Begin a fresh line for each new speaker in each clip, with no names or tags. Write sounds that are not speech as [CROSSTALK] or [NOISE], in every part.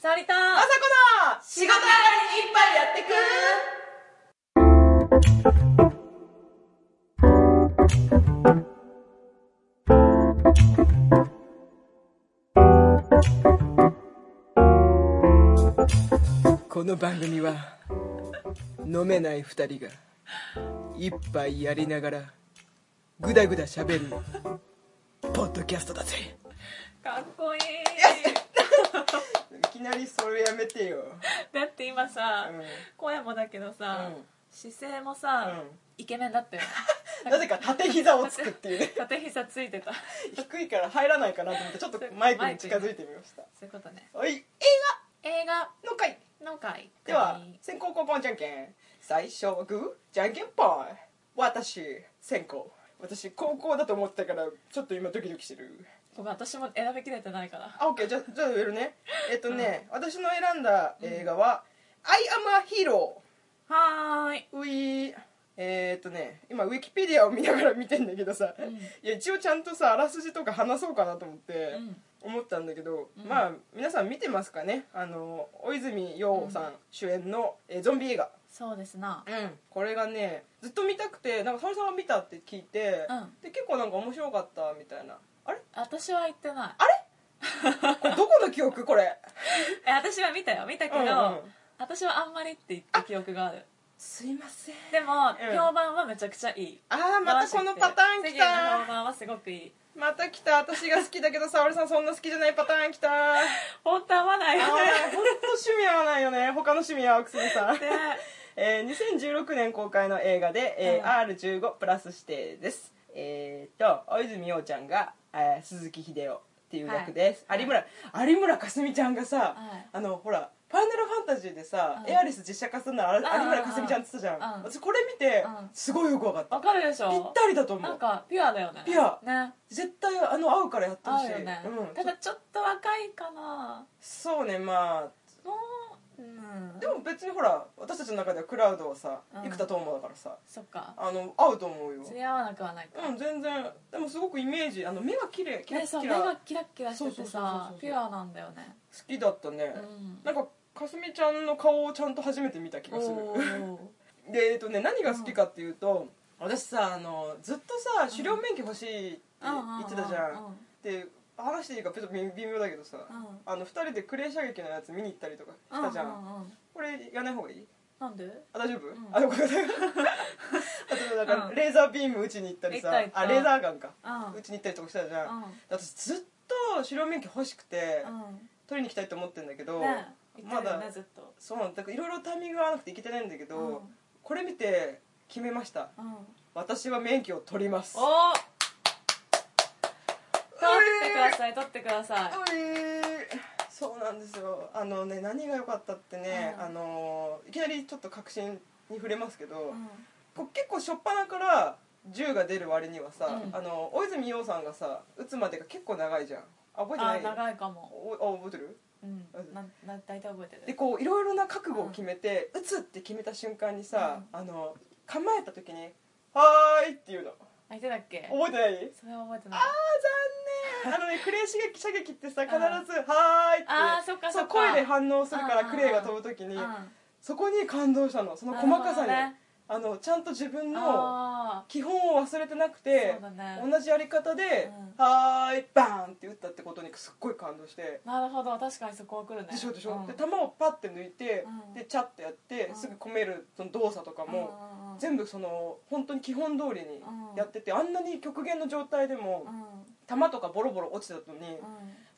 沙織と
まさこの仕事上がりに一杯やってく
この番組は飲めない二人が一杯やりながらグダグダしゃべるポッドキャストだぜ
かっこいい
いきなりそれやめてよ、
だって今さ、
うん
声もだけどさ、
うん
姿勢もさ、
うん
イケメンだったよ
なぜか縦膝をつくっていう [LAUGHS] ね
縦膝ついて
[LAUGHS]
たそ
低いから入らないかなと思ってちょっとマイクに近づいてみました
ういうことね
はい映
映画
画の回
の回
では先行後攻じゃんけん最初はグーじゃんけんぽい私先行私高校だと思ってたからちょっと今ドキドキしてる
ごめん私も選びきれてないから
あ、オッケー、じゃあ、じゃあ言えるね。えっとね、私の選んだ映画は、I am a hero。
はーい、
ういえーっとね、今、ウィキペディアを見ながら見てんだけどさ、
うん
いや、一応ちゃんとさ、あらすじとか話そうかなと思って、
うん
思ったんだけど、
うん
まあ、皆さん見てますかねあの、大泉洋さん主演の、えーゾンビ映画。
そうですな
これがね、ずっと見たくて、なんか、沙織さんが見たって聞いて、
うん
で、結構なんか面白かったみたいな。あれ
私は行って
[LAUGHS]
ない [LAUGHS]
これどこの記憶これ。
え私は見たよ見たけど、
うんうん
私はあんまりって言った記憶がある
すいません。
でも、
うん
評判はめちゃくちゃいい
ああまたこのパターン
世
来
間の評
た
判はすごくいい
また来た私が好きだけど沙織さんそんな好きじゃないパターン来たあ
本当合わない
ーほ
よ
ん
ね
と趣味合わないよね他の趣味合うくせにさ
[LAUGHS] で、
[LAUGHS] えー、2016年公開の映画で、えー R15 プラス指定ですえー、と大泉洋ちゃんが、えー鈴木秀夫っていう役です、
はい
有村有村架純ちゃんがさ、
はい
あのほら「ファイナルファンタジー」でさ、
うん
エアリス実写化するならあ
うん
有村架純ちゃんって言ったじゃん、
うん
私これ見て、
うん
すごいよくわかった
わかるでし
ぴ
ょ
ったりだと思う
なんかピュアだよね
ピュア
ね
絶対あの合うからやってほ
合
し
う
い
よね、
うん、
ただちょっと若いかな
そうねま
もううん
あでも別にほら私たちの中ではクラウドはさ
うん
生田斗真だからさ
そっか
あの合うと思うよ
釣り合わなくはないか、
うん全然でもすごくイメージあの目が綺麗キラ
ね、そう
キ
目
ラ
が
好
キラッキラしてて
そうそうそうそう
さ
そう
ピュアなんだよね
きだったね
う、ん
なんかかすみちゃんの顔をちゃんと初めて見た気がする
[LAUGHS] おー
でえっとね何が好きかっていうと、私さあのずっとさ狩猟免許欲しいって言ってたじゃん、
うん
で話していいかちょっと微微妙だけどさ、
うん
あの2人でクレー射撃のやつ見に行ったりとか
う
し
ん
たじゃん、
うんうんうん
これやらない方がいい
なんで
あ大丈夫、
ん
[LAUGHS] あよかったあとなんか、
うん
レーザービーム打ちに行ったりさ
行った行った
あレーザーガンか、
うん
打ちに行ったりとかしたじゃん、
うん
私ずっと狩猟免許欲しくて、
う
取りに行きたいと思ってんだけど、
んねえ言
ま
ってるよ
だ
ねずっと
そうなんだからいろいろタイミングが合わなくて行けてないんだけど、
うん
これ見て決めました
うんお
私は免許を取ります
ー取ってください取ってください
えーそうなんですよあのね何が良かったってね、
うん
あのいきなりちょっと確信に触れますけど、
うん
こう結構初っ端から銃が出る割にはさ、
うん
あの大泉洋さんがさ撃つまでが結構長いじゃんあ覚えてな
あ
い
長いかも
おあ覚えてる
うんなな大体覚えて
で
る
こういろいろな覚悟を決めて、撃つって決めた瞬間にさ、あの構えた時に「はーい」っていうの
あ言ってたっけ
覚えてない
それは覚えてない
あー残念あのねクレー射撃射撃ってさ必
う
ず「
ん
はーい」って
あーそっかそっか
う声で反応するか
うん
ら
うん
クレーが飛ぶ時に
うん
そこに感動したのその細かさ
なるほど
に、
ね
あのちゃんと自分の
あ
基本を忘れてなくて
そうだね
同じやり方で
う
「はーいバーン!」って打ったってことにすっごい感動して
ーなるほど確かにそこは来るね
でしょでしょ、
うん
で弾をパッて抜いて、
うん
でチャッてやって、
うん
すぐ込めるその動作とかも、
うんうんうん
全部その本当に基本通りにやってて、あんなに極限の状態でも、
うん
弾とかボロボロ落ちてたのに、
うん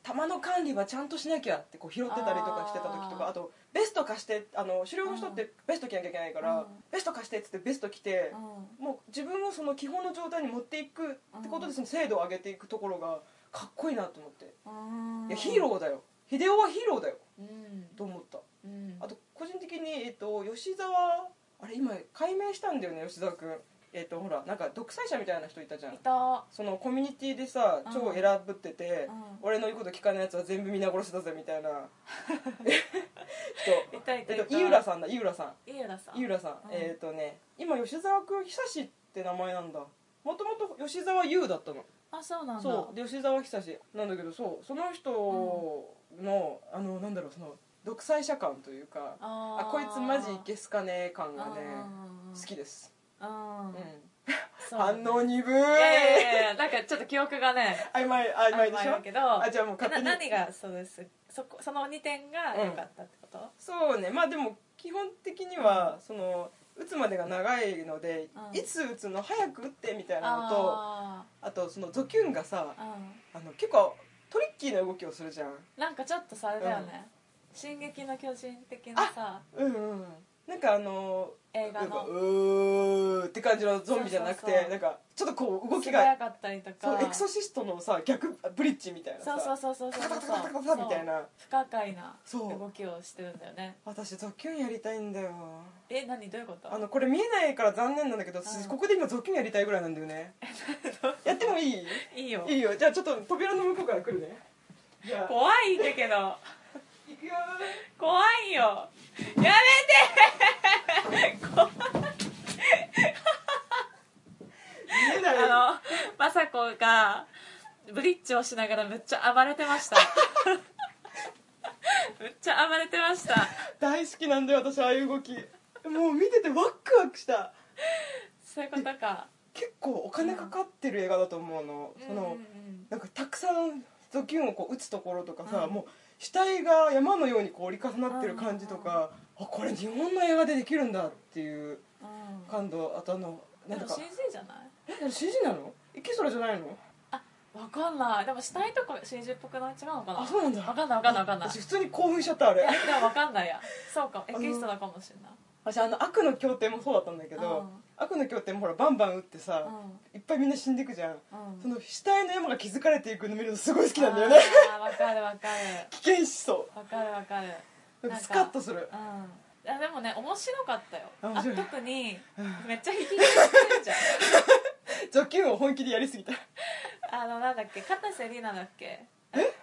弾の管理はちゃんとしなきゃってこう拾ってたりとかしてた時とか
あー
あとベスト貸してあの狩猟の人ってベスト着なきゃいけないから、
うん
ベスト貸してっつってベスト着て、
うん
もう自分をその基本の状態に持っていくってことでその精度を上げていくところがかっこいいなと思って、
うん
いやヒーローだよ秀夫はヒーローだよ
うん
と思った
うん
あと個人的に、えっと吉沢あれ今解明したんだよね吉沢君えっ、とほらなんか独裁者みたいな人いたじゃん
いた
そのコミュニティでさ
うん
超選ぶってて、
うん
俺の言うこと聞かないやつは全部皆殺しだぜみた
[LAUGHS]
いな人
いたいたい
え
た
っと井浦さんだ井浦さ
井浦さん
ん井浦さん、
うん
えっ、とね今吉沢君久志って名前なんだもともと吉沢優だったの
あそうなんだ
そうで吉沢久志なんだけどそうその人の、あのなんだろうその独裁者感というか
あ
あこいつマジい
る
けすかね感がね好
好
きです、
うん
うん
そうだ
反
ね
応鈍い
いやいやいやなんかちょっと記憶がね
曖昧曖昧でし
曖昧だ
ょ
けど
あじゃあもう勝手
な何
に
がそうですそこその2点が良かったってこと、
そうねまあでも基本的にはその打つまでが長いので、
うん
いつ打つの早く打ってみたいなのとあ
あ
とそのゾキュンがさ
あう
あの結構トリッキーな動きをするじゃん
んなんかちょっとさあれだよね「進撃の巨人」的なさ
うんうんなんかあの
映
な
画
んか
の
うーって感じのゾンビじゃなくて
そうそうそう
なんかちょっとこう動き
素
が
早かったりと
そう
か
エクソシストのさ逆ブリッジみたいな
そうそう
さ
そうそうそう
カ
そ
タ
う
カタカタカタみたいな
不可解な
そう
動きをしてるんだよね
私ゾキュンやりたいんだよ
え何どういうこと
あのこれ見えないから残念なんだけど私
うん
ここで今ゾキュンやりたいぐらいなんだよねやってもいい
いいよ
いいよじゃあちょっと扉の向こうから来るねじゃあ
怖いんだけど
行くよ
怖いよやめて怖い
見えない
あの雅子がブリッジをしながらむっちゃ暴れてま
[LAUGHS]
したむっちゃ暴れてました
大好きなんだよ私ああいう動きもう見ててワクワクした
そういうことか
結構お金かかってる映画だと思うの、そ
う
の、
ん
なんかたくさんドキュンをこう打つところとかさ、
うん
もう死体が山のようにこう折り重なってる感じとか、あこれ日本の映画でできるんだっていう
うんうん
感動あとあの
で
なん
も
か
CG じゃない
えあれ CG なのエキストラじゃないの
わかんないでも死体とか CG っぽくない違うのかな
あそうなんだ
わかんないわかんないわかんないい
私普通に興奮しちゃったあれ
やでもわかんないやそうかエ
の
キストラかもしれない
私あの悪の協定もそうだったんだけど、
うん
悪の協定もほらバンバン打ってさ、
う
いっぱいみんな死んでいくじゃん、
んうん
その死体の山が築かれていくの見るのすごい好きなんだよね
あーわかるわかる
危険思想
わかるわかる
な
なんか
んかスカッとする
うん、あでもね面白かったよ
面
あ
白い
特にめっちゃ引き出してるじゃん
ジョキュンを本気でやりすぎた
あのなんだっけ片瀬里奈だっけ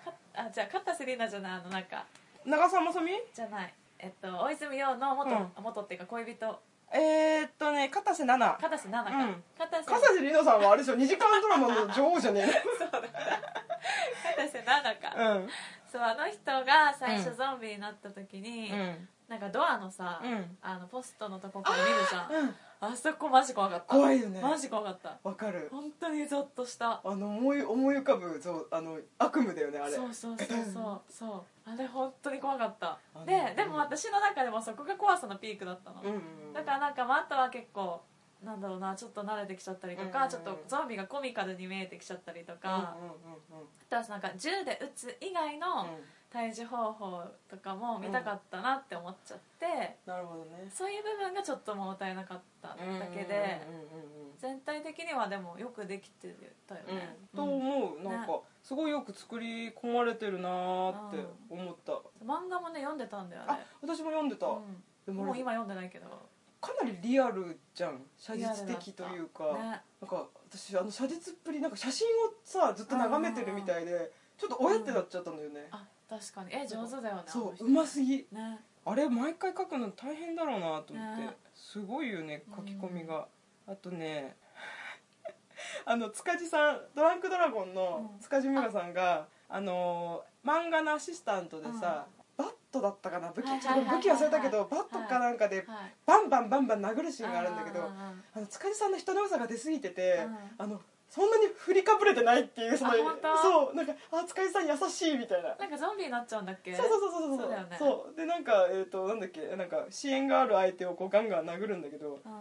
かあじゃあ片瀬里奈じゃないあのなんか
長澤まさみ
じゃないえっと大泉洋の元、
うん
元っていうか恋人
えー、っとね片瀬奈々
片瀬奈々か、
うん
片瀬
笠瀬里奈さんはあれでしょ2時間ドラマの女王じゃね
片瀬奈々か、
えのうん
そうあの人が最初ゾンビになった時に、
ん
なんかドアのさ、
うん
あのポストのとこから見るじゃん
うん
あそこマジ怖かった
怖いよね
マジ怖かった
わかる
本当にゾッとした
あの思い思い浮かぶぞあの悪夢だよねあれ
そうそうそうそう
[CLEARS THROAT]
そうあれ本当に怖かった
あの
ででも私の中でもそこが怖さのピークだったの、
うんうんうん
だからなんかマットは結構なんだろうなちょっと慣れてきちゃったりとか、
うん
ちょっとゾンビがコミカルに見えてきちゃったりとか、
うんうんうんうん
あとはなんか銃で撃つ以外の
うん
対峙方法とかも見たかったなって思っちゃって、
なるほどね
そういう部分がちょっと物足りなかっただけで、
うんうんうんうん
全体的にはでもよくできてたよ
うん
ね、
と
うん
思うなんかすごいよく作り込まれてるなーって思った
漫画もね読んでたんだよ
あ
ね
私も読んでた
うん
でも
もう
あれ
今読んでないけど
かなりリアルじゃん写実的というか
ね、
なんか私あの写実っぷりなんか写真をさずっと眺めてるみたいでちょっと親ってなっちゃったんだよね、
あ確かにえ上手だよねあ
そ
の人
ううますぎ
ね
あれ毎回書くの大変だろうなと思って、
ね
すごいよね書き込みが、あとね [LAUGHS] あの塚地さんドランクドラゴンの
うん
塚地美和さんが、あのー漫画のアシスタントでさ、バットだったかな武器
はい
ち
は
ょ
いはい
っと武器忘れたけど、バットかなんかで
はい
バンバンバンバン殴るシーンがあるんだけど、
あー
あの塚地さんの人の良さが出すぎてて、
う
あのそんなに振りかぶれてないっていうその
あ本当
そうなんかあ塚地さん優しいみたいな
なんかゾンビになっちゃうんだっけ
そうそうそうそうそう
そうだよね
そうでなんかえっ、となんだっけなんか支援がある相手をこうガンガン殴るんだけど
うん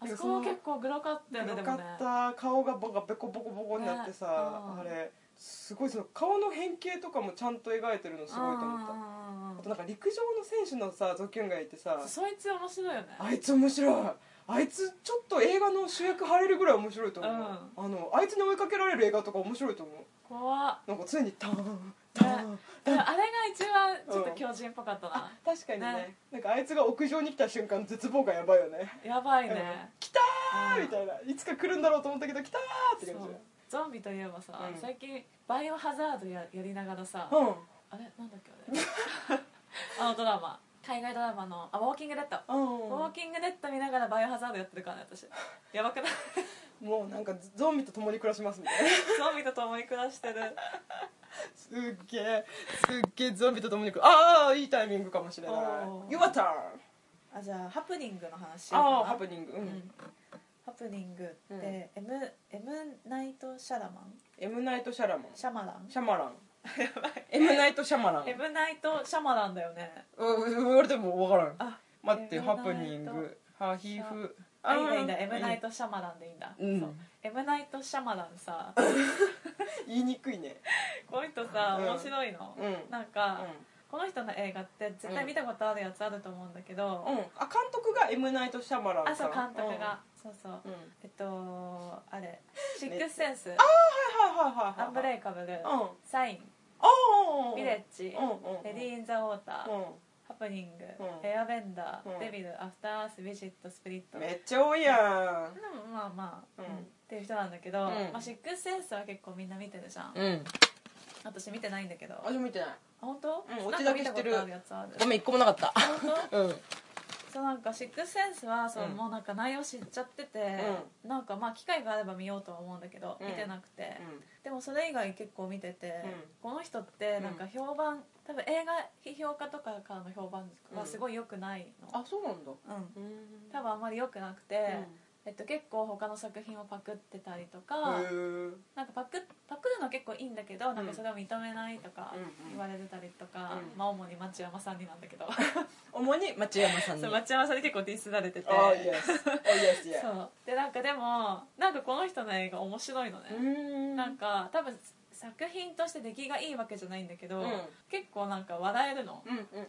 あそこも結構グロかったよねで
よ
も
か
ね
った顔がボカボコボコボコになってさ、
ねうん
あれすごいその顔の変形とかもちゃんと描いてるのすごいと思った、あ
思
となんか陸上の選手のさゾキュンがいてさ
そいつ面白いよね
あいつ面白いあいつちょっと映画の主役張れるぐらい面白いと思う、あのあいつに追いかけられる映画とか面白いと思う
怖っ
なんか常にターンターン、
でもあれが一番ちょっと狂人っぽかったな
確かにね
ね
なんかあいつが屋上に来た瞬間絶望感やばいよね
やばい
うん
ね
来たー
うん
みたいないつか来るんだろうと思ったけど来たーって
そ
感じ
うゾンビといえばさ
うん
最近バイオハザードややりながらさ
うん
あれなんだっけあれ [LAUGHS] あのドラマ海外ドラマのあウォーキングデッドウォ
う
ーキングデッド見ながらバイオハザードやってるからね私やばくない [LAUGHS]
ん、もうなんかゾンビと共に暮らしますみたいな
ゾンビと共に暮らしてる
すっげえすっげえゾンビと共に来るああいいタイミングかもしれない
おー
Your turn
あじゃあハプニングの話しようかな
ああハプニングう
うんんハプニングって、
うん
M, M ナイト・シャラマン
M ナイト・シャラマン
シャマラン
シャマラン M ナイト・シャマラン
M ナイト・シャマランだよね
うん言われても分からん
あ
待って
M
ハプニン
ナイ
グハヒフ
あいいんだいいんだ M ナイ
ト
ト・シャマランでいいんだ、
うん
そう M ナイト・シャマランさ
言いにくいね
この人さ
うん
面白いの、
うん
なん
うん
か、この人の映画って絶対見たことあるやつあると思うんだけど、
うんあ監督が M ナイト・シャマラン
あそ
さん
う監督が、そうそう
うんうん
えっと
[LAUGHS]
あれ「シックスセンス」
はいはいはいはい
アンブレイカブル」
うん
サイン」「
ああ
ヴィレッジ」
うんうんうん
レディー・イン・ザ・ウォーター」
う
ハプニング」
うん
エアベンダー」
うん
デビル」「アフター・アース」「ビジット」「スプリット」
んめっちゃ多いや
うんまあまあ、
うん
っていう人なんだけど、
うん
まあ、シックスセンスは結構みんな見てるじゃん、
んうん
私見てないんだけどあ
私見てない
本当、
うん
な
オチ
ん
だ
か
け
見
知
た
って
こ
る
とあるやつある
ごめん一個もなかった
本当
うん
そうなんか「シックスセンスはそう、
うん
もうなんか内容知っちゃってて、なんかまあ機会があれば見ようとは思うんだけど、
うん
見てなくて、でもそれ以外結構見てて、
うん
この人ってなんか評判、多分映画批評家とかからの評判がすごい良くないの、
あそうなんだ
うん
うん
多分あんまり良くなくて、えっと、結構他の作品をパクってたりとか、
へー
なんかパクパクるの結構いいんだけど、なんかそれを認めないとか
うんうん
言われてたりとか、
うん
まあ主に町山さんになんだけど
主に町山さん
[LAUGHS]
に
そう町山さんに結構ディスられてて。
ああイエスイエス
そうでなんかでもなんかこの人の映画面白いのね、
ん
なんか多分作品として出来がいいわけじゃないんだけど、
うん
結構なんか笑えるの
うんうん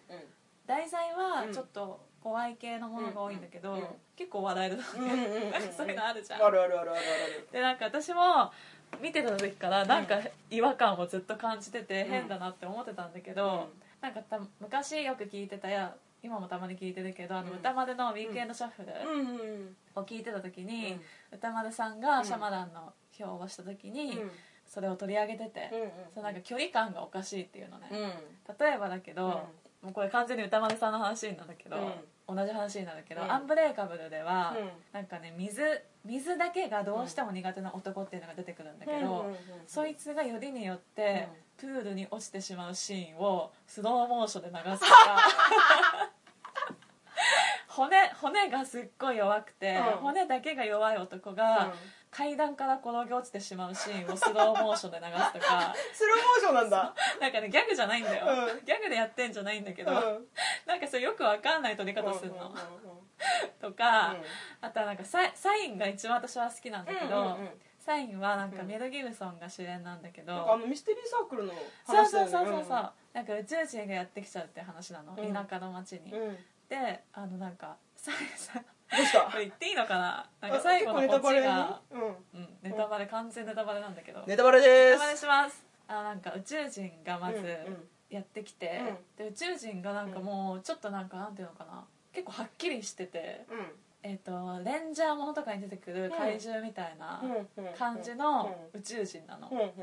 題材は
うん
ちょっと怖い系のものが多いんだけど、
うんうん
結構笑えるの
うんうんうんうん
なんか [LAUGHS] そういうのあるじゃん
あるあるあるあるある
でなんか私も見てた時からなんか違和感をずっと感じてて
うん
変だなって思ってたんだけ
う
ど、なんかた昔よく聞いてたや今もたまに聞いてるけどあの
うん
歌丸の「ウィークエンドシャッフル」
んうんうん
を聞いてた時に、
うん
歌丸さんがシャマランの表をした時
うん
にそれを取り上げてて、そうなんか距離感がおかしいっていうのね、
うん
例えばだけど、もうこれ完全に歌丸さんの話になるけど、同じ話になるけど、
うん
アンブレイカブルでは、
うん
なんかね水水だけがどうしても苦手な男っていうのが出てくるんだけど、
うんうんうん
そいつがよりによって、プールに落ちてしまうシーンをスローモーションで流すとか [LAUGHS] 骨骨がすっごい弱くて、
うん
骨だけが弱い男が、階段から転げ落ちてしまうシーンをスローモーションで流すと [LAUGHS] か
スローモーションなんだ
なんかねギャグじゃないんだよ、
うん
ギャグでやってんじゃないんだけ
け
ど、なんかそれよくわかんない取り方するの、と
あ
か、あとはなんかサイサインが一番私は好きなんだけど、
あ
サインはなんか
うん
メル・ギブソンが主演なんだけど、
のミステリーサークルの
そう
話だ
そ
よ
う
ね
そうそうそう、なんか宇宙人がやってきちゃうって話なの、
うん
田舎の町に、
うんうん
であのなんかささ
どうした
これ言っていいのか
[LAUGHS]
ななんか最後のオ
結構
チ
ネタ
が、
バレうん
うん、ネタバレ完全ネタバレなんだけど、
ネタバレ
ネ
で
タバレしますあなんか宇宙人がまず
うんうん
やってきて、で宇宙人がなんかもうちょっとなんかなんていうのかな結構はっきりしてて、えっとレンジャーものとかに出てくる怪獣みたいな感じの宇宙人なの、
うんうんうん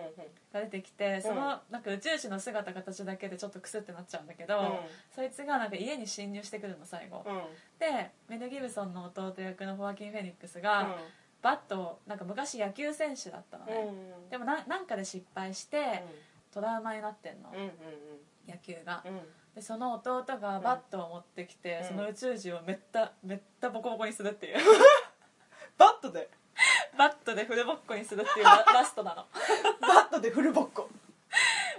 が出てきてそのなんか宇宙人の姿形だけでちょっとクスってなっちゃうんだけど、そいつがなんか家に侵入してくるの最後、
うん
でメル・ギブソンの弟役のホアキン・フェニックスが、バットをなんか昔野球選手だったの
うんうん
ね、でもななんかで失敗して、トラウマになってんの、
うんうん
野球が
うんうん
でその弟がバットを持ってきて、
うん
その宇宙人をめっためったボコボコにするっていう [LAUGHS]
バットで
バットでフルボッコにするっていうララストなの
バットでフルボッコ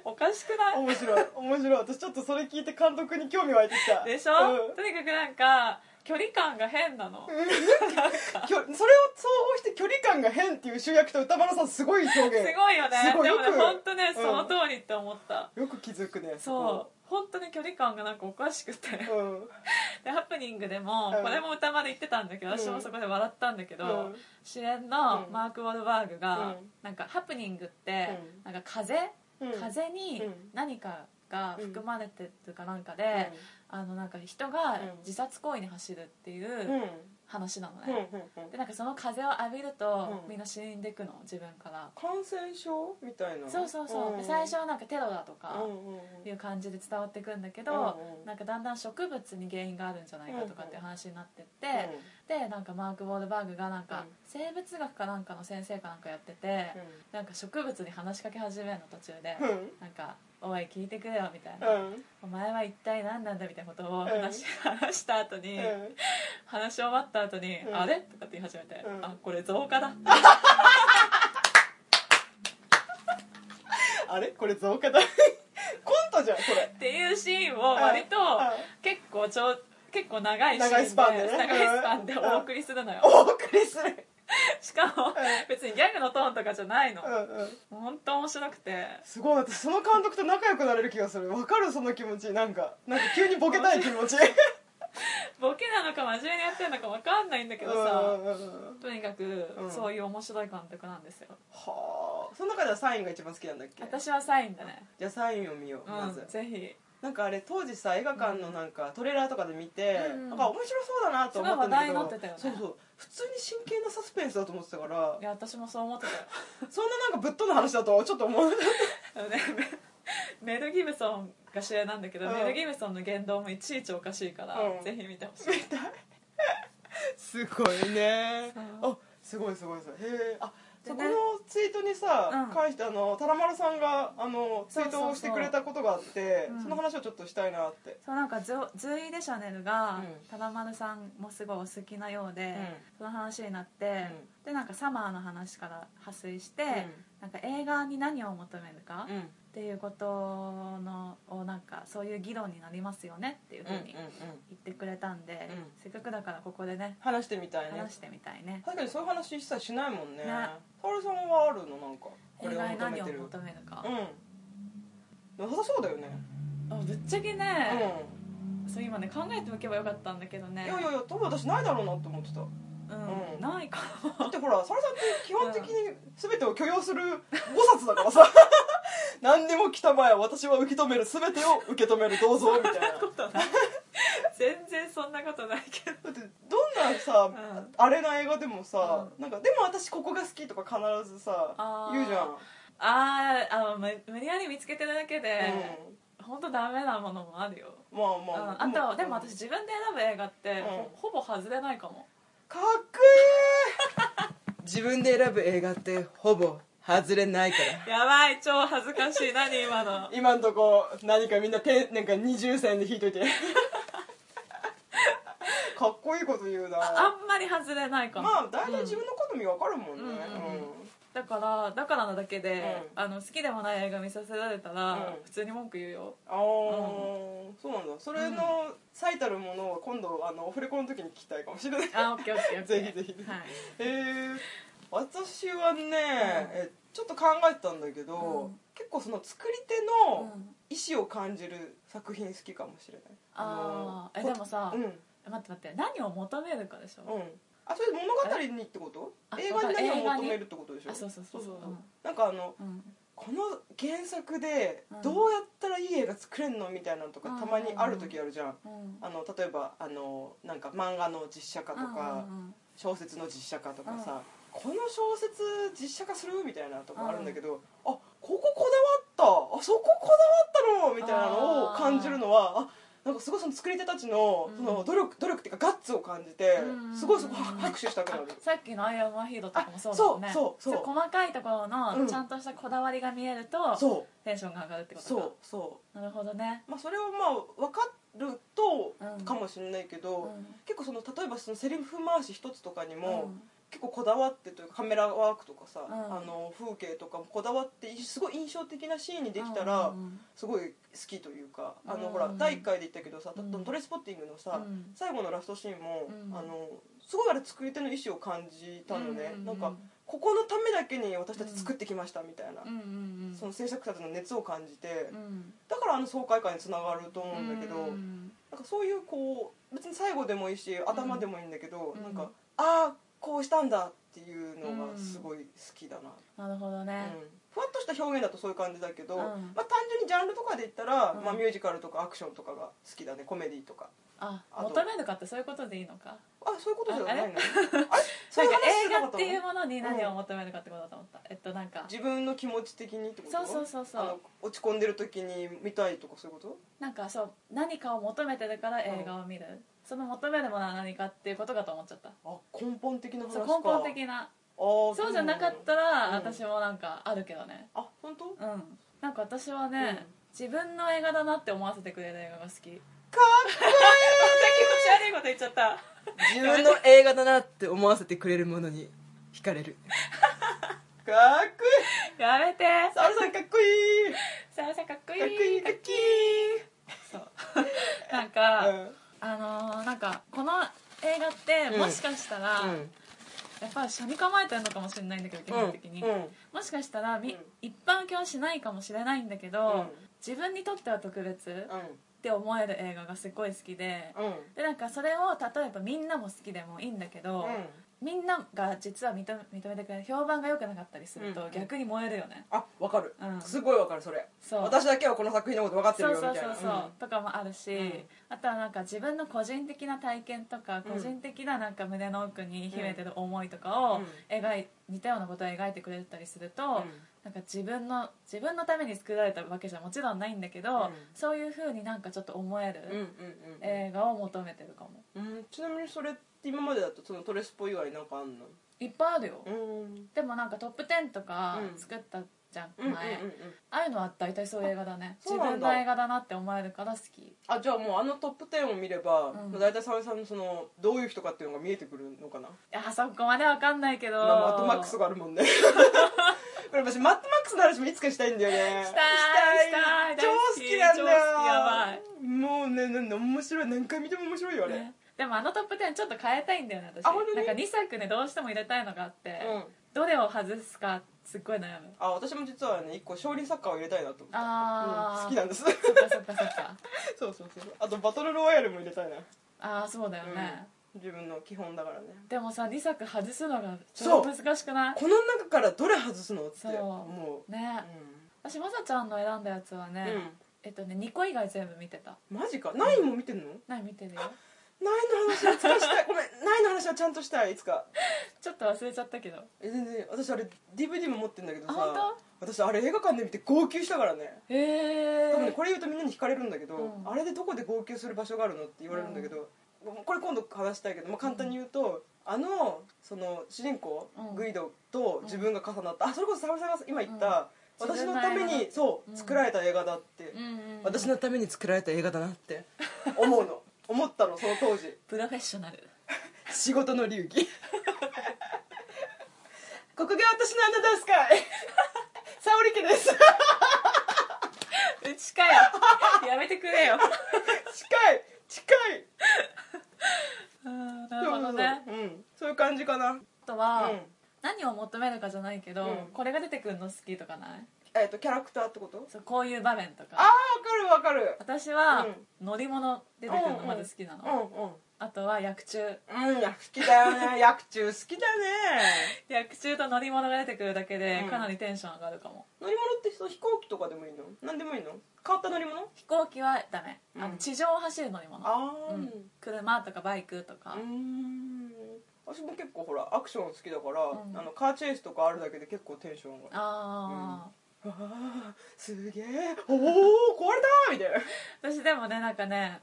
おかしくない
面白い面白い私ちょっとそれ聞いて監督に興味湧いてきた
でしょ、とにかくなんか距離感が変なの、
うん、きょそれを総合して距離感が変っていう集約と歌丸さんすごい表現
すごいよね
すごい
でもね
よく
本当ね
うん
その通りって思った、
よく気づくね
そう本当に距離感がなんかおかしくて
こうん
でハプニングでも、
うん
これも歌まで言ってたんだけど
うん
私もそこで笑ったんだけど、
うん
主演の
うん
マーク・ウォルバーグが、
うん
なんかハプニングって、
うん
なんか風、
うん
風に
うん
何かか
うん
含まれてるかなんかで、あのなんか人が
うん
自殺行為に走るってい
うんうん
う話なの
うん
ね、
うん
でなんかその風を浴びると、
うん
みんな死んでいくの自分から、
感染症みたいな
そうそうそう、で最初はなんかテロだとか
うんうんうん
いう感じで伝わってくんだけど、
うんうん
なんかだんだん植物に原因があるんじゃないかとかっていう話になってって、でなんかマーク・ウォールバーグがなんか、生物学かなんかの先生かなんかやってて、なんか植物に話しかけ始めるの途中で、
うん
なんか「おい聞いてくれよ」みたいな、
うん
お前は一体何なんだ」みたいなことを
ん
話,、話した後に、
うん
話し終わった後に「
うん
あれ?」とかって言い始めて「
うん
あこれ造花だ」
あれこれ増加だ [LAUGHS] コントじゃんこれ
っていうシーンを割と
うんうん
結構ちょ結構長いシーンで
長いスパンでね
長いスパンで
うん
お送りするのよ、
お送りする
[LAUGHS] しかも
ん
別にギャグのトーンとかじゃないの、
う
も
んうん
う本当面白くて
すごい私その監督と仲良くなれる気がするわかるその気持ちなんかなんか急にボケたい気持ち
ボケなのか真面目にやってるのか分かんないんだ [LAUGHS] けどさ、
うんうんうんうん
とにかく
うん
そういう面白い監督なんですよ
はあその中ではサインが一番好きなんだっけ
私はサインだね
じゃあサインを見よう、
う
ま
ん
ず
ぜひ
なんかあれ当時さ映画館のなんかトレーラーとかで見て、
うん
なんか面白そうだなと思ったんだけ
すごい話題に
ど
なってたよね
そうそう普通に真剣なサスペンスだと思ってたから
いや私もそう思ってたよ [LAUGHS]
そんななんかぶっ飛んだ話だとはちょっと思わなかっ
あのねメメル・ギブソンが主演なんだけど、
うん
メル・ギブソンの言動もいちいちおかしいから、
うん
ぜひ見てほしい
たすごいね
そう
あすごいすごいすごいへえあ
で
そ
ね
このツイートにさ、
うん
返してあのタラマルさんがあのツイートをしてくれたことがあっ
そ
て
うそうそううん
その話をちょっとしたいなって、
そうなんかズズイ・デ・シャネルが
うん
ただまるさんもすごいお好きなようで、
うん
その話になって、でなんかサマーの話から派生して、なんか映画に何を求めるか
うん
っていうことのをなんかそういう議論になりますよねっていうふうに言ってくれたんで、
うん
せっかくだからここでね
話してみたいね
話してみたいね
確かにそういう話一切しないもんね
ね
タラさんはあるのなんかこ
映
れを
画に
求め
何を
てる
求めるか
う、んなさそうだよね
あぶっちゃけ
うん
ね、そう今ね考えておけばよかったんだけどね
いやいやいや多分私ないだろうなと思ってただ
うん
うん
ないかも
ってほらサラさんって基本的に全てを許容する5冊だから [LAUGHS] さ何でも来たまえ私は受け止める全てを受け止めるどうぞみたいな [LAUGHS] だ
ことない [LAUGHS] 全然そんなことないけど
ってどんなさ、
うん
あれな映画でもさ、
う
なんかでも私ここが好きとか必ずさ
あー
言うじゃん、
あーあのむ無理やり見つけてるだけで、
うん
ほん、本当ダメなものもあるよ、
まあ
うん、
まあ、
あとでも私自分で選ぶ映画って、
ん
ほほぼ外れないかも
かっ [LAUGHS]
自分で選ぶ映画ってほぼ外れないから
やばい超恥ずかしい何今の
こいい今んとこ何かみんな手なんか二重線で引いといて [LAUGHS] かっこいいこと言うな
[LAUGHS] あんまり外れないかも、
まあ大体自分の好みわかるもんね、
うんうんだからだからなだけで、
う
あの好きでもない映画見させられたら、
うん
普通に文句言うよ
ああ、そうなんだそれの最たるものを今度あのオフレコの時に聞きたいかもしれ [LAUGHS] ないへ
あオッケーオッケーオッケー [LAUGHS]
ぜひぜひ
はい、
え私はね、えちょっと考えてたんだけど、
うん
結構その作り手
う
の
ん
意思を感じる作品好きかもしれない、
あーえ
こ
でもさ、
うんうん
待って待って何を求めるかでしょ、
あそれ物語にってこと
あ
映画に何
映画
を
に
求めるってことでしょ
あそうそうそうそう
なんかあの
うん
この原作で
うん
どうやったらいい映画作れんのみたいなのとか
うん
たまにある時あるじゃん
うん
あの例えばあのなんか漫画の実写化と
うん
か
うんうん
小説の実写化とかさこの小説実写化するみたいなとかあるんだけどあこここだわったあそここだわったのみたいなのを感じるのはあなんかすごいその作り手たちの
うん
その努力努力っていうかガッツを感じて
うん
すごいそこは拍手したくなる
あさっきの「アイアム・アヒード」とかもそうだよね
あそうそうそう
い細かいところ
う
の
ん
ちゃんとしたこだわりが見えると、
そ
テンションが上がるって
う
ことか
そうそう
なるほどね
まあ、それはまあ分かると
うん
かもしれないけど、
うん
結構その例えばそのセリフ回し一つとかにも、
うん
結構こだわってというかカメラワークとかさ、
うん
あの風景とかもこだわってすごい印象的なシーンにできたら、
うんうん
すごい好きというかあ
う
の、
ん
ほら第1回で言ったけどさ、
うん
トレスポッティングのさ、
うん
最後のラストシーンも、
うん
あのすごいあれ作り手の意思を感じたのね、
うんうんうん
なんかここのためだけに私たち作ってきましたみたいな、
うんうんうん
その制作者たちの熱を感じて、
うん
だからあの爽快感につながると思うんだけど。
うん
なんかそういうこう別に最後でもいいし頭でもいいんだけど、
うん
なんかああこうしたんだっていうのがすごい好きだな、
なるほど
うん
ね、
ふわっとした表現だとそういう感じだけど、
うん
まあ、単純にジャンルとかで言ったら、
うん
まあ、ミュージカルとかアクションとかが好きだねコメディとか
あ
あと
求めるかってそういうことでいいのか
あそういうことじゃない
[LAUGHS] あ
のあれ
れ
そういう
なんか
話
映
じ
画
ゃなか
っ
った
ていう
の
ものに何を求めるかってことだと思った、えっとなんか
自分の気持ち的にってこと
そうそうそうそ
あ
う
の落ち込んでる時に見たいとかそういうこと
なんかそう何かを求めてるから映画を見る、その求めるものは何かっていうことかと思っちゃった
あ根本的な話か
そう根本的な
あー
そうじゃなかったら、
うん
私もなんかあるけどね
あ本当
うんなんか私はね、
うん
自分の映画だなって思わせてくれる映画
[LAUGHS]
が好きま
か
た気持ち悪いこと言っちゃった
自分の映画だなって思わせてくれるものに惹かれる
っかっこいい
やめて
サルさんかっこいい
さあさあかっこいい
かっこいいかっ
そうなんか、
うん
あのーなんかこの映画って、
うん
もしかしたら、
うん
やっぱり車に構えてるのかもしれないんだけど基本的に、
うん
もしかしたら、み
うん
一般化はしないかもしれないんだけど、
うん
自分にとっては特別っ
う
て思える映画がすごい好きで、
んうん
でなんかそれを例えばみんなも好きでもいいんだけど、
うん
みんなが実は認め認めてくれる評判が良くなかったりする
う
と
ん
逆に燃えるよね、
あわかる
うん
すごいわかるそれ
そう
私だけはこの作品のこと分かってる
そう
よみ
そ
た
う
い
そ
な
うそう、とかもあるし、
うん
あとはなんか自分の個人的な体験とか
うん
個人的ななんか胸の奥に秘めてる思いとかを
うん
描い似たようなことを描いてくれたりすると、
うん
なんか自分の自分のために作られたわけじゃもちろんないんだけど、
うん
そういうふうになんかちょっと思え
うんうん
る
うん
映画を求めてるかも、
うんちなみにそれって今までだとそのトレスポ以外なんかあんの
いっぱいあるよ、
うん
でもなんかトップ10とか
うん
作ったじゃん、
うんうんうん
前、ああいうのは大体そういう映画だね
あそう
自
なんだ
分の映画だなって思えるから好き
あじゃあもうあのトップ10を見れば、
うん
まあ、大体沙織さんのそのどういう人かっていうのが見えてくるのかな
あそこまでわかんないけど、
まあ、マッドマックスがあるも
[LAUGHS]
んねこれ私マッドマックスの話もいつかしたいんだよね
したいしたい
超好きなんだよ
大好きやば
もうねなな面白い何回見ても面白いよあれ、
ねでもあのトップ10ちょっと変えたいんだよね私
あ本当に
なんか2作ねどうしても入れたいのがあって、
うん
どれを外すかすっごい悩む
あ私も実はね一個少林サッカーを入れたいなと思った
あー
うん好きなんです [LAUGHS]
そっかそっかそっか
そうそうそうあとバトルロワイヤルも入れたいな、
ああそうだよね、
うん自分の基本だからね
でもさ2作外すのが
そ
超
う
難しくない
この中からどれ外すのって
そう
もう、
ね、私まさちゃんの選んだやつはね、
うん、
えっとね2個以外全部見てた
うんマジか何も見てんの、
何見てるよ
ないの話はいつかしたいごめんないの話はちゃんとしたいいつか
ちょっと忘れちゃったけど
え全然私あれ DVD も持ってんだけど
あ本
さ私あれ映画館で見て号泣したからね
へえ
多分ねこれ言うとみんなに惹かれるんだけど、
うん
あれでどこで号泣する場所があるのって言われるんだけど、これ今度話したいけど、まあ、簡単に言うと、あのその主人公、
うん
グイドと自分が重なったあそれこそ沢村さんが今言った、
うん
私のため
自分の映
にそう、
うん
作られた映画だって、
うんうんうん
私
私のために作られた映画だなって
思うの思ったのその当時
プロフェッショナル
仕事の流儀
ここが私のアナダンス会沙織家です
うちかよ [LAUGHS] やめてくれよ
近い近い
うんなるほどね
そうそうそううん、そういう感じかな、うん
あとは、何を求めるかじゃないけど、
うん
これが出てくるの好きとかない
えっ、とキャラクターってこと
そうこういう場面と
ああ
か
わかるわかる
私は、
う
乗り物出てくるのまず好きなの、
う
あとは役中
んうんうんいや好きだよね [LAUGHS] 薬中好きだね
役中と乗り物が出てくるだけで、
うん
かなりテンション上がるかも
乗り物ってそう飛行機とかでもいいの何でもいいの変わった乗り物
飛行機はダメ、あ
うん
の地上を走る乗り物
ああ
う
うんん
車とかバイクとか、
私も結構ほらアクション好きだから、
うん
あのカーチェイスとかあるだけで結構テンションが
ああ、
わあすげえおお壊れたみたいな
私でもねなんかね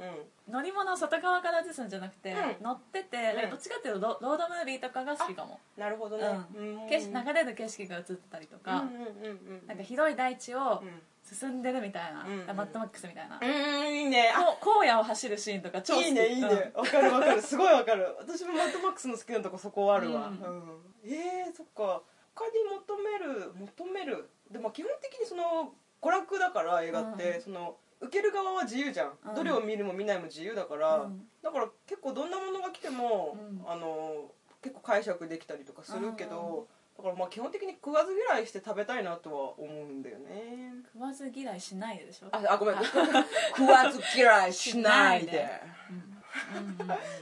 う
乗り物を外側から映すんじゃなくて、
うん
乗ってて、
うん
どっちかっていうとロロードムービーとかが好きかも、
んなるほどね、
うん、景色流れる景色が映ってたりとか、
うんうんうんうん
なんか広い大地を
うん
進んでるみたいな、
うん
マッドマックスみたいな、
う
こ
ーんいいねあ
う荒野を走るシーンとか超好き
いいねいいね
うん
わかるわかるすごいわかる私もマッドマックスの好きなとこそこあるわ、
う
うん
ん
えー、そっか他に求める求めるでも基本的にその娯楽だから映画って、
うん
その受ける側は自由じゃん、
うん
どれを見るも見ないも自由だから、
うん
だから結構どんなものが来ても、
うん
あの結構解釈できたりとかするけど、だからまあ基本的に食わず嫌いして食べたいなとは思うんだよね
食わず
[LAUGHS]
嫌いしないでしょ
ああごめん食わず嫌いしないで
うん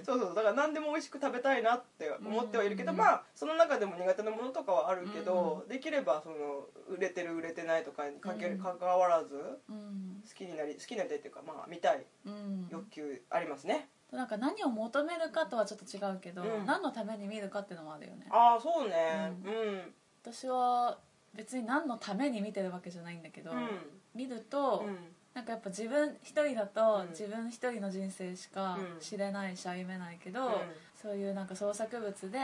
そうそうだから何でも美味しく食べたいなって思ってはいるけど、まあその中でも苦手なものとかはあるけど、できればその売れてる売れてないとかにかけ
う
る、
ん
関わらず
うん
好きになり好きになりたいっていうかまあ見たい
うん
欲求ありますね、
なんか何を求めるかとはちょっと違うけど、
うん
何のために見るかっていうのもあるよね
ああそうね
う
うん
私は別に何のために見てるわけじゃないんだけど、
うん
見る
う
と、
ん
なんかやっぱ自分一人だと、
うん
自分一人の人生しか
うん
知れないし歩めないけど、
うん
そういうなんか創作物で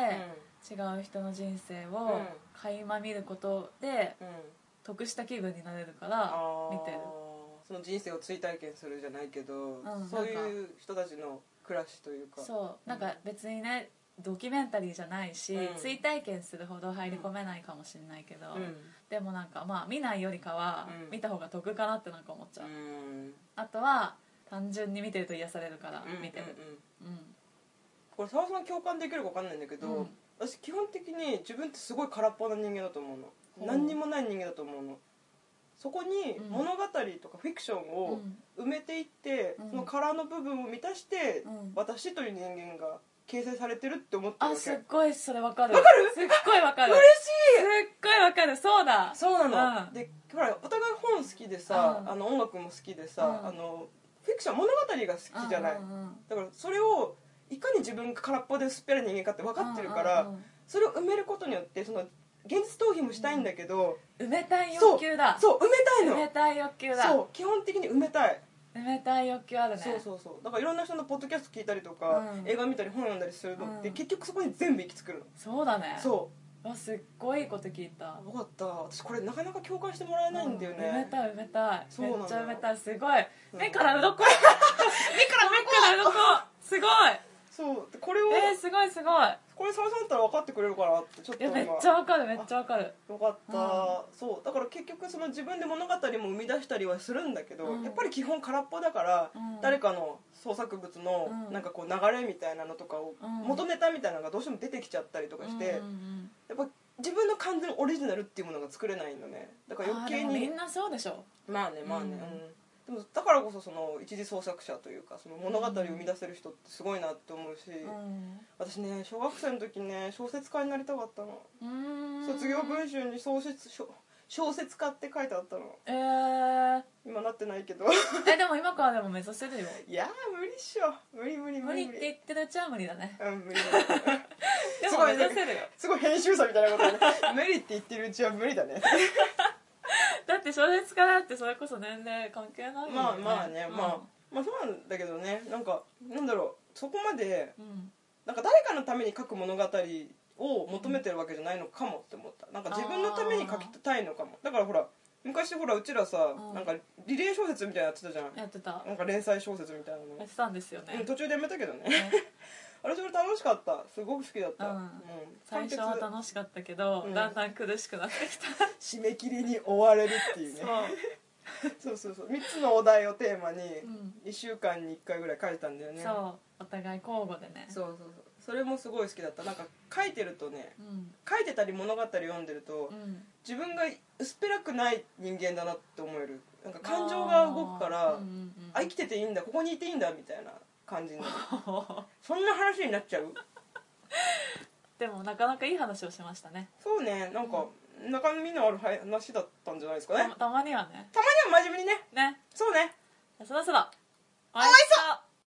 違う人の人生
う
を
ん
垣間見ることで
うん
得した気分になれるか
あ
ら
ー
見てる
その人生を追体験するじゃないけど、
ん
そういう人たちの暮らしというか
そうなんか別にねドキュメンタリーじゃないし、
うん
追体験するほど入り込めないかもしれないけど、
うん
でもなんかまあ見ないよりかは
うん
見た方が得かなってなんか思っちゃう、
うん
あとは単純に見てると癒されるから見てる
うんうんうん
うん
これ沢田さん共感できるか分かんないんだけど、
うん
私基本的に自分ってすごい空っぽな人間だと思う
ほう
の何にもない人間だと思うのそこに
うん
物語とかフィクションを埋めていって、
うん
その殻の部分を満たして、
うん
私という人間が形成されてるって思ってるわ
あ
け
すっ
嬉
ごいそれわかるわかるすっごいわかるす
しい
っごいわかるそうだ
そうなの、
うん
でほらお互い本好きでさ、
うん
あの音楽も好きでさ、
うん
あのフィクション物語が好きじゃない、
うんうん
だからそれをいかに自分が空っぽで薄っぺらい人間かって分かってるから、
うんうんうん
それを埋めることによってその現実逃避もしたいんだけど、
埋めたい
そう
欲求だ
そう埋
埋
めたい
め
の
たい欲求だ
そう基本的に埋めたい、
埋めたい欲求あるね
そうそうそうだからいろんな人のポッドキャスト聞いたりとか、
うん
映画見たり本読んだりするのって、
うん
結局そこに全部行き着くの、
そうだね
そう
わすっごいいいこと聞いた
うよかった私これなかなか共感してもらえないんだよ
うん埋め
ね、
たい埋めたい
そう
め
なの
っちゃ埋めたいすごい
うん
目から鱗目から目から鱗すごい
そうでこれを、
えー、すごいすごい
これ沢さんだったら分かってくれるかなってちょっ
い
と
や
今
めっちゃわかるめっちゃわかる
よかった、
う
そうだから結局その自分で物語も生み出したりはするんだけど、
うん
やっぱり基本空っぽだから、
うん
誰かの創作物の
うん
なんかこう流れみたいなのとかを、
うん
元ネタみたいなのがどうしても出てきちゃったりとかして、
うんうん
やっぱ自分の完全オリジナルっていうものが作れないのねだか
う
ら
ん、あー
余
で
計
もみ
に
んなそうでしょ
まあねまあね、うんでもだからこそその一次創作者というかその物語を生み出せる人ってすごいなって思うし、
うん
私ね小学生の時ね小説家になりたかったの。
うーん
卒業文集に小説小小説家って書いてあったの
えー、
今なってないけ [LAUGHS] ど
えでも今からでも目指せるよ
いやー無理っしょ無理無理
無
無
理っ
理無
て
理
言ってるうちは無理だね
うん無理無理
ですも
ご
目
いね
指せるよ
すごい編集者みたいなことね [LAUGHS] 無理って言ってるうちは無理だね
だって小説家だってそれこそ年齢関係ないもん
[LAUGHS] まあまあね、
うん
まあまあそうなんだけどねなんかなんだろうそこまで
うん
なんか誰かのために書く物語を求めてるわけじゃないのかもって思ったなんか自分のために書きたいのかもだからほら昔ほらうちらさ、
うん
なんかリレー小説みたいなのやってたじゃん
やってた
なんか連載小説みたいなの
やってたんですよ
うん
ね
途中でやめたけどね
ね
あれそれ楽しかったすごく好きだった、
うん最
完
初
結
は楽しかったけど、
うん
だんだん苦しくなってきた
締め切りに追われるっていうね
[LAUGHS] そう、
そうそうそう3つのお題をテーマに
ん
1週間に1回ぐらい書いたんだよね
そうお互い交互でね
そうそうそうそれもすごい好きだったなんか書いてるとね
うん
書いてたり物語読んでると
うん
自分が薄っぺらくない人間だなって思えるなんか感情が動くか
う
ら
んうんうん [LAUGHS]
あ生きてていいんだここにいていいんだみたいな感じになる
で
そんな話になっちゃう
もなかなかいい話をしましたね
そうねなんか、中身のある話だったんじゃないですかね
たたまにはね
たまには真面目にね
ね
そうね
そろそろお会いしましょう